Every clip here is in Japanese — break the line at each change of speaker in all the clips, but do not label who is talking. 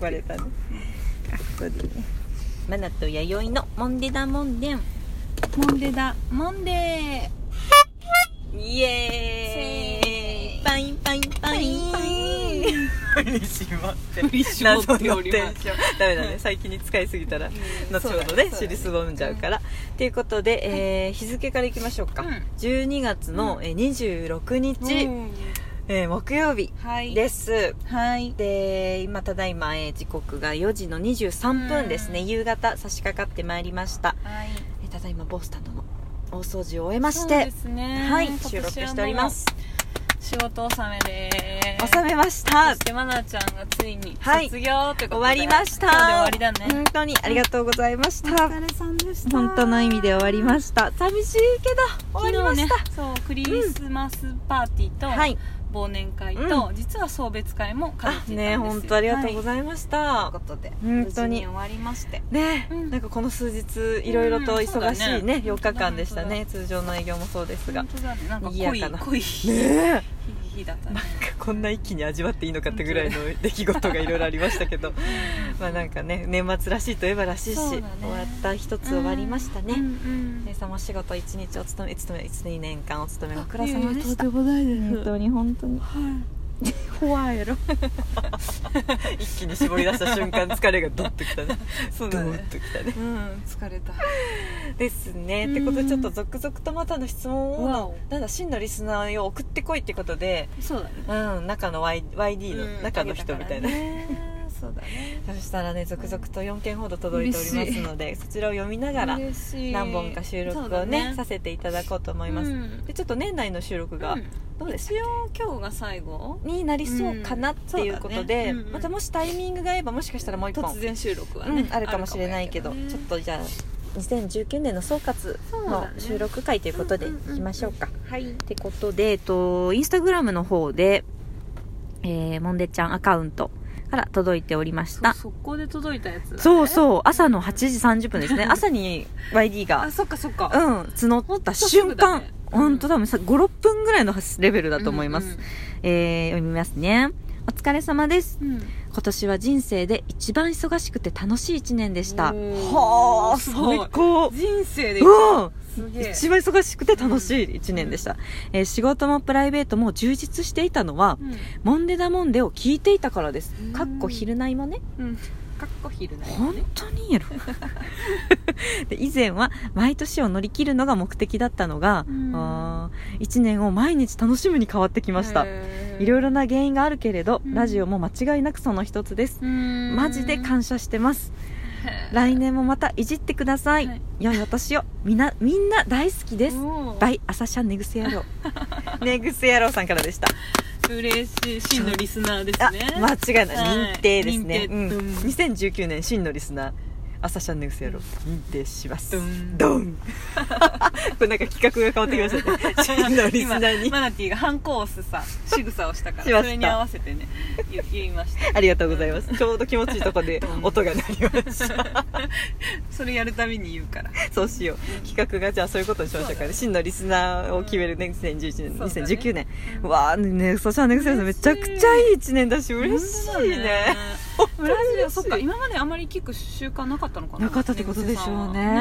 バレたねあそうでいいね
マナと弥生のモンデダモンデン
モンデだモンデ
イエーイ
せー
パインパインパイン
パインパイン
振り絞って
振り絞 って
謎の
おります
テンション ダメだね最近に使いすぎたら後
そう
ほ
だ
ど
ね
ね
そうだね
尻すぼんじゃうからということで、えー日付からいきましょうか、
うん
12月の、えー26日、えー木曜日
はい
です
はい
で今ただいま、えー時刻が4時の23分ですね、
うん
夕方差し掛かってまいりました、
はい
えーただいまボースタの大掃除を終えまし
そう
て
で、すね
はい
今年
収
はも
録
う
しております
仕事納めです
収めました
そしてまなちゃんがついに
はい
卒業って
終
ことで、
わりました
今日で終わりだね
本当にありがとうございました、
れさんでし
本当の意味で終わりま
し
した寂しいけど終わりました、
ね、そうクリスマスパーティーと、
はい
忘年会と、実は送別会も兼ねていたんですよ
ね本当ありがとうご
ま
ざいました、
ということで
本当に
無事終わりまして
ね、
うん
なんかこの数日いろいろと
うんそうだ
忙
ね
しいね,、4日間でしたね
本
通常の営業もそうですが
本
ね
当だねなんか濃
賑
い
やかな
濃い日
え
日だったね
なんかこんな一気に味わっていいのかってぐ らいの出来事がいろいろありましたけどまあなんかね年末らしいといえばらしいし、
そうだ
終
ね
わった一つ終わりましたね、
うんうん
姉さんも仕事一日お勤め勤め1年間お勤めご苦労
いやい
様
や
でした
とんでもないです
本当に本当に
怖いやろ
一気に絞り出した瞬間疲れがドッときたね
そうだ
ドッ
ね
ときたね
うん疲れた
ですね、
うん
ってことでちょっと続々とまたの質問
わ
を
お
なんだ真のリスナーを送ってこいってことで、
そうだね
うん、中の Y- YD の中の人みたいな、
そうだね
そしたらね続々と4件ほど届いておりますのでそちらを読みながら
嬉しい
何本か収録
そう
を
だ
ねさせていただこうと思います、
うん
でちょっと年内の収録が
うん
どうです
一応今日が最後
になりそうかなっていうことで、
うんそうだねうんうん
またもしタイミングが合えばもしかしたらもう一本、
突然収録は
う
ね
んあるかもしれないけど
あるかもや
ちょ
ね
っとじゃあ2019年の総括
そう
の
だね
収録会ということでい
うんうんうんうん
きましょうか、
はい
ってことで、えっと、インスタグラムの方で、えー、もんでちゃんアカウントから届いておりました
そう速攻で届いたやつだね
そうそう朝の8時30分です ね朝に YD が
あそっかそっか
うん募った瞬間
ほ
本
ん
当
と
多分さ56分ぐらいのレベルだと思います、えー読みますねお疲れ様です
うんうんうん
今年は人生で一番忙しくて楽しい1年でした
おー
はあ
すごい
最高
人生で
うん
すげえ
一番忙しくて楽しい1年でした、えー仕事もプライベートも充実していたのはモンデダモンデを聞いていたからです
うん
かっこ昼寝もね
うんうんかっこ昼な
本当にやろ で以前は毎年を乗り切るのが目的だったのが、
うん
あ1年を毎日楽しむに変わってきましたいろいろな原因があるけれど、
うん
ラジオも間違いなくその一つです、マ
マ
ジで感謝してます
謝
来年もまたいじってください、
はい
良いお年をみなみんな大好きですバ
イ
イ朝シャン寝癖 野郎寝癖野郎さんからでした
嬉しい真のリスナーで
あ、
すね
間違 いない
はい
認定ですね、
認
う
定
ん
うん、
2019年真のリスナー朝シャンネグスやろう認定します
ドン
ドンこれなんか企画が変わってきま したね真のリスナーに
今マナティーが反抗を押すさ仕草をしたか
しまし
ら
た
それに合わせてね言言いました
ありがとうございますちょうど気持ちいいとこで
ドン
音が鳴りました
それやるために言うから
そうしよう企画がじゃあそういうことにしましょうか
そうだ
ね
ね
真のリスナーを決めるね2011年、
そうだね
2019年
うん
わあね朝シャンネグスやろうめちゃくちゃいい1年だし嬉しいね
本当だね
嬉しい
ラジオそっか今まであまり聞く習慣なかったのかな
なかったってことでしょうね
ね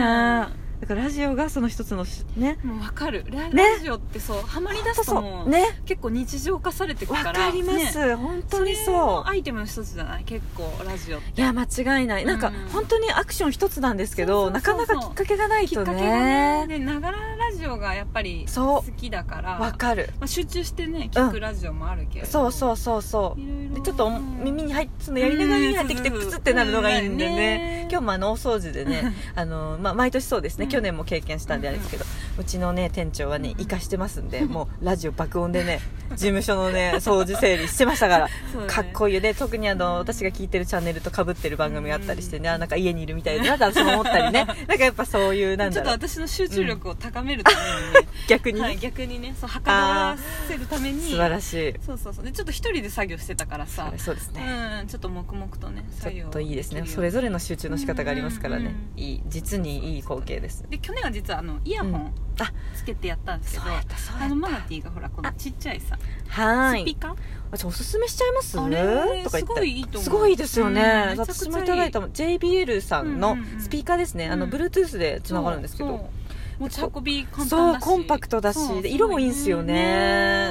だからラジオがその一つのしね
もうわかるラ,、
ね
ジオってそうハマりだすともう
ね
結構日常化されてく
わ
から
かります、
ね
本
そ
当に
れ
そう
もアイテムの一つじゃない結構ラジオって
いや間違いないなんか、
うん
本当にアクション一つなんですけど
そうそうそ
な
うそう
かなかきっかけがない
きっ
と
かけ
ね
がねでながらラジオがやっぱり
そ
好
う
きだから
わかる
まあ、集中してね聞くラジオもあるけれど、
そうそうそうそう
いろいろ
でちょっとお耳に入ってそのやりながらに入ってきて
うん
プツってなるのがいいんで
うん
ね
ね
今日もあの大掃除で ねあの、まあ、毎年そうですね、
うん
去年も経験したんであれですけど、うちのね店長はね
うん
生かしてますんでもうラジオ爆音で ね事務所のね掃除整理してましたから
そうだね
かっこいいよね特にあの私が聞いてるチャンネルとかぶってる番組があったりしてね、あなんか家にいるみたいだなって私も思った りねなんかやっぱそういうなん
ちょ
だ
っと
ろう
私の集中力を高めるためにね
逆に、ね
はい、逆にねそうはかどらせるために
素晴らしい
そうそうそうでちょっと一人で作業してたからさ
そうですね、
うんちょっと黙々とね作
ち
業
ょっといいですねそれ
ぞ
ぞれの集中の仕方がありますからね、
うんうんうん
いい実にいい光景です
れで去年は実はあのイヤホン
あ
つけてやったんですけど
そうやったそうやった
あのマナティーがほらこのちっちゃいさ
はー
スピ
い
カ
あじゃあおすすめしちゃいます
あれ
とか言って
すごいいいと思う
すごいですよね、
うんめちゃくちゃ
私
いい
もいただいたもん JBL さんの
うんうんうん
スピーカーですね、あ
うん
の Bluetooth でつながるんですけ
そう
ど
そう持ち運び簡単
そう
だし
コンパクトだし
そう
で色もいいんですよね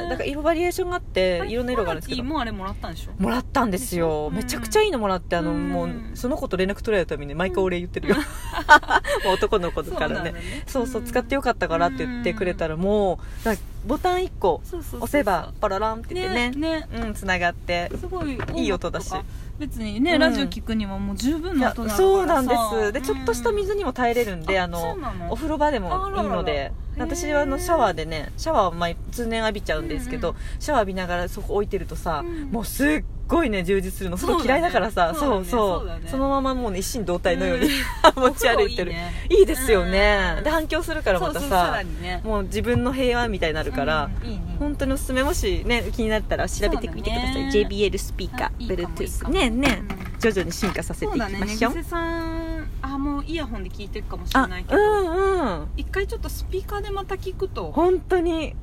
ね
だから色バリエーションがあっていろんな色があるんですけ
マナティ
ど
ーもあれもらったんでしょ
もらったんですよ、
うん
めちゃくちゃいいのもらってあの、
うん
もうその子と連絡取れるために毎回お礼言ってるよ、 もう男の子だからねそうそう使ってよ
かっ
かったからって言ってくれたらもうだからボタン1個
た
押せばパラランって言ってね
ね
うんつながって
すごい音楽とか
いい音だし
別にね、
うん
ラジオ聞くにはもう十分
い
な
や
音だからさ
そうなんですでちょっとした水
うん
にも耐えれるんであの
そうなの
お風呂場で
あ
も
らら
いいので
ら
私
へー
はあのシャワーでねシャワーを毎通年浴びちゃうんですけど、
うん
シャワー浴びながらそこ置いてるとさ、
うん
もうすっごいね充実するのそこ嫌いだからさ
そ
そうそ
うだね
う
そうだね
そのままもうね一心同体のように、
うん
持ち歩いてるい
お風呂
い,、
ね
ですよね、
うん
で反響するからまた
そうそうさ
さ
らにね
もう自分の平和みたいになるから、
うんいいね
本当におすすめもしね気になったら調べてみてください、
そうだね
JBL スピーカ
あ
ー
いいかもいいか
Bluetooth
も
ねえねえ、
うん
徐々に進化させ
そ
て
う
いき
だね
ま
ね
しょう
ぐせさんあもうイヤホンで聞いてるかもしれ
あ
ないけ
う
ど、
んうん
一回ちょっとスピーカーでまた聞くと、
本当に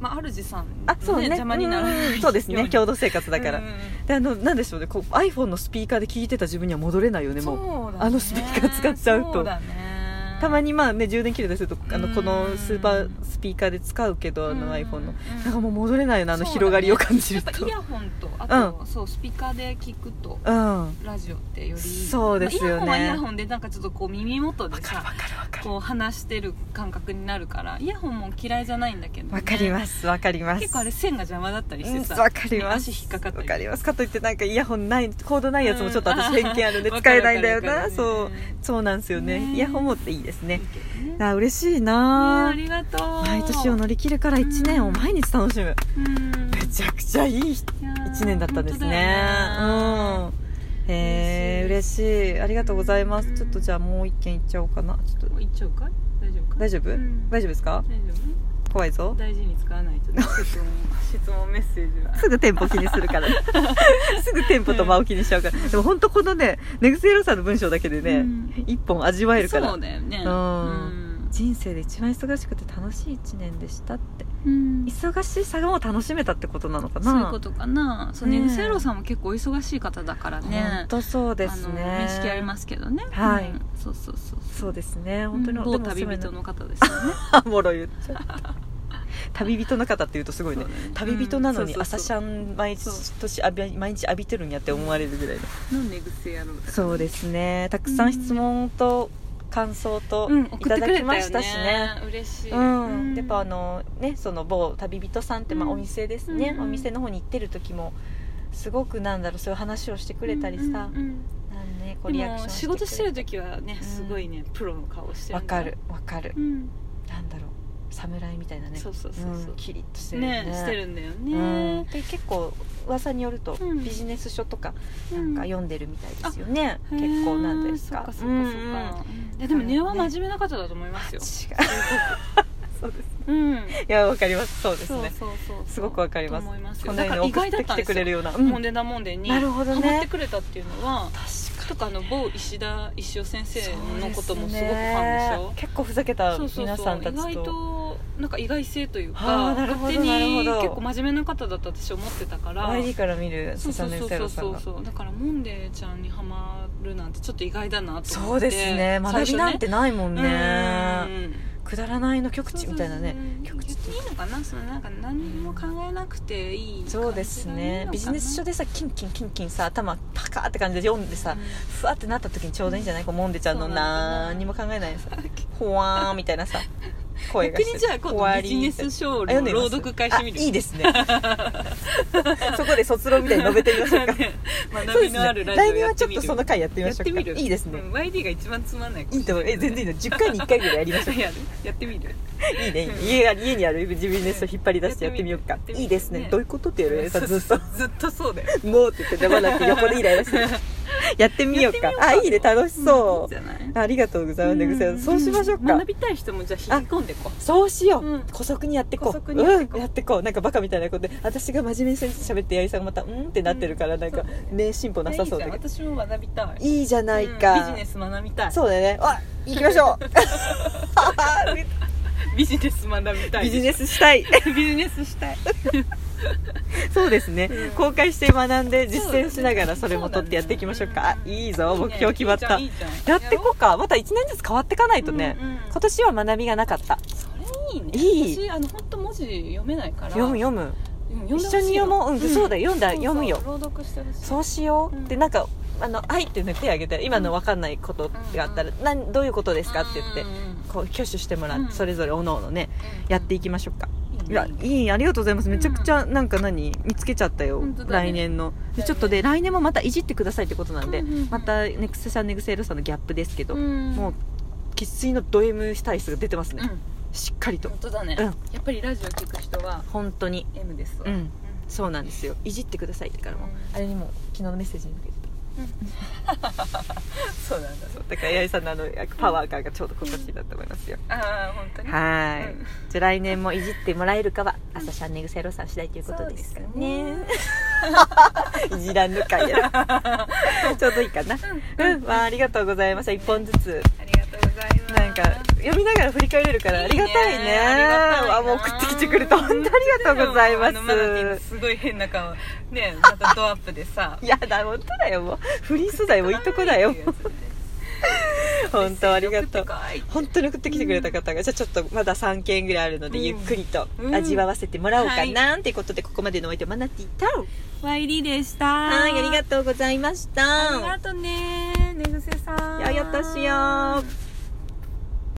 まあ、主さんのね、
あそうね
邪魔にならないよ
う
に
んそうですね共同生活だから、
うん
であのなんでしょうねこう iPhone のスピーカーで聞いてた自分には戻れないよねもう
そうだね
あのスピーカー使っちゃうと
そうだね
たまにまあね充電切れたりするとあ
う
の
ん
このスーパースピーカーで使うけどあ
うん
の iPhone の
うん
なんかもう戻れないよねあの
そうだね
広がりを感じ
やっ
る
ぱ
と
イヤホンとあと、そうスピーカーで聞くと
うんわ
ラジオってより
そうですよね
まあイヤホンはイヤホンでなんかちょっとこう耳元で
かるわ
さ
かるわかる
こう話してる感覚になるからイヤホンも嫌いじゃないんだけどね、
わかりますわかります
結構あれ線が邪魔だったりして
うん
さ
わかります
ね足引っかかった
わ
り
かりますかといってなんかイヤホンないコードないやつもちょっと私
うん
偏見あるんで
わ
使
か
え
る
ないんだよ
わか
な
るわ
そ
か
う
る
そうなんですよ
ね
ね
え
イヤホン持っていいです
いい
ね
けどねね
あ嬉しい
あ
な
りがとう
毎年を乗り切るから1年を毎日楽しむ
うん
めちゃくちゃいい1年だったんですねうんへえ嬉
嬉
しいありがとうございますちょっとじゃあもう一件いっちゃおうかなちょっと
行っちゃうか大丈夫か
大丈夫
うん
大丈夫ですか
大丈
怖い
夫
ぞ
大事に使わないとね質問質問メッセージは
すぐテンポ気にする からすぐテンポと間を気にしちゃうからでも本当このねネグセイロさんの文章だけで
う
ね
ん
一本味わえるか
そ
ら
うだよね
うん人生で一番忙しくて楽しい1年でしたって
うん
忙しさも楽しめたってことなのかな
そういうことかなそう
ね
ねセイロさんも結構お忙しい方だからね
本当そうです
あの
ね
面識ありますけどね
はい
うんそうそうそう
そうですね本当に、
うん
で
某
も
旅人の方ですよね
あもろ言っちゃった 旅人の方って言うとすごいね
そうだね
旅人なのに
うんそうそ
朝
う
シャン毎
そう
年浴び毎日浴びてるんやって思われるぐらいの
の寝癖野郎だ
そうですねたくさん質問と感想と
うん
い
送った
だ
てくれ
き
た
ま
よ
したしね、
ね嬉しい
うん
うん
やっぱあのねその某旅人さんってまあ
うん
お店ですね、
うん
お店の方に行ってる時もすごくなんだろうそういう話をしてくれたりさ、
うんうん
なんねこ
う
うんリ
で
アクショ
も
ン
仕事して
くれ
る時はねすごいねプロの顔してる
わ
んだ
か
よ
るわかる、
うん
なんだろう侍みたいなね
そうそうそうそ
んキリッとして
う
るよね
ねしてるんだよ
うん
ね
で結構噂によると、
うん
ビジネス書とか
う
なんか読んでるみたいですよね、結構なんですか
へーそっかそっかそっかいやでも根は真面目な方だと思いますよ
目違うそうです
うん
いやわかりますそうです
そう
ね
そうそう
すごくわかります
と思います
こ
よ
の
だ
よ
から
うに
意
送っ
外だ
て
っ
き
たん
て
です
くれるよ
よ
うな、う
モ
確
ンデダモンデに
なるほどね
ハマってくれたっていうのは
か
とかあの某石田一生先生のこと
そう
もすごくファンでしょ
すね結構ふざけた
そうそう
皆
そ
さ
う意
んたちと
外となんか意外性という
は
か
あなるほど
勝手
な
に
るほど
結構真面目な方だと私思ってたから
ID から見る
そう
笹
そう
根
そう
セ
そう
ロさ
そ
ん
う
が
そうだからモンデちゃんにはまるなんてちょっと意外だなと思って
そうですね学びなんてないもんね
最初ね
くだらないの極
うん
地みたいなね
そうそうそう言っていいのかなそのなんか何も考えなくていい感じがいいのかな
そうですねビジネス書でさキンキンキンキンさ頭パカーって感じで読んでさ、
うん
ふわってなった時にちょうどいいんじゃないこうもんでちゃんの
そうなんだ
何にも考え ないさほわーみたいなさ声が
逆にじゃあ今
終わ
度
り
ビジネス書を
あ読んでみま
朗
す
読会してみる
あいいですね そこで卒論みたいに述べてみま しょうか
学びのあるラジオ
来年
や
は
っ
ち
て
ょっ
みる
とその回やってみ
や
ま
っ
しょ
て
うか
みる
いいですね、
うん YD が一番つまんないかも
いい
し
と
れな
思うえ全然いいの10回に1回ぐらいやりましょうい
やるやってみる
いね家が家にあるビジネスを引っ張り出してやってみよう
や
か
ってみる
いいですね
ね
どういうことってやるねさずっと
ずっとそうだよ
「もう」って言って邪魔なくて横でイライラしてやってみようか
やってみようか
あいいね楽し
んいい
そ
じ
う
ゃない
ありがとうございます、ねぐせ
ん
そうしましょうか、
学びたい人もじゃあ引き込んでこう
そうしよう、
うん
姑息にやってこう
姑息にやってこう
うん、やってこうなんかバカみたいなことで私が真面目に喋ってやりさんがまたうんってなってるからなんか、ね進歩なさそうだ
いい
けど
じゃん私も学びたい
いいじゃない
うん
か、
ビジネス学びたい
そうだよねあ行きましょうあ
ビジネス学びたい
ビジネスしたい
ビジネスしたい
そうですね、
うん
公開して学んで実践しながらそれも取ってやっていきましょうか
そうだね
あいいぞ目標決まった
いいじゃんいいじゃ
や
ん
ってこうかまた1年ずつ変わってかないとね、
うんうん
今年は学びがなかった
それいいね
いい
私あの本当文字読めないから
読む読む
うん
一緒に読もううんそうだよ読んだ読むよ
朗読してほしい
そうしよう、
うん
でなんかあの「はい」ってね手挙げて今の分かんないことがあったら「なんどういうことですか?」って言って
うんうんうん
こう挙手してもらって、
うん
それぞれおのおのねやっていきましょうか、
い
いやいいありがとうございますめちゃくちゃなんか何見つけちゃったよ、
本当だね
来年のでちょっとで来年もまたいじってくださいってことなんで、
うんうんうん
またネクストシャンネグセールさんのギャップですけど、も
も
う生粋のド M 体質が出てますね、
うん
しっかりと
本当だね
うん
やっぱりラジオ聞く人は
本当に
M ですわ
うんそうなんですよいじってくださいってからも、
うん
あれにも昨日のメッセージに向けてた
そうなんだ
だから八重さんのあのパワー感がちょうど心地いいなと思いますよ、
ああ本当に
はーい、
うん
じゃあ来年もいじってもらえるかは朝シャンネグセロさん次第ということですかねいじらぬかやなちょうどいいかなうん、まあありがとうございました一本ずつ
ありがとうございます
なんか読みながら振り返れるからありがたいね
ありがたいな
あもう送ってきてくれて本当ありがとうございま
あのマナティーの
す
すごい変な顔ねまたドアップでさ
いやだ本当だよもうフリー素材もいいとこだよ本 当ありがとう本当に送ってきてくれた方が、じゃあちょっとまだ3件ぐらいあるので、
うん
ゆっくりと
うん
味わわせてもらおうか
はい
なっていうことで、ここまでのお相手はマナティタウ
YD でした
はいありがとうございました
ありがとね寝癖さん
良いお年を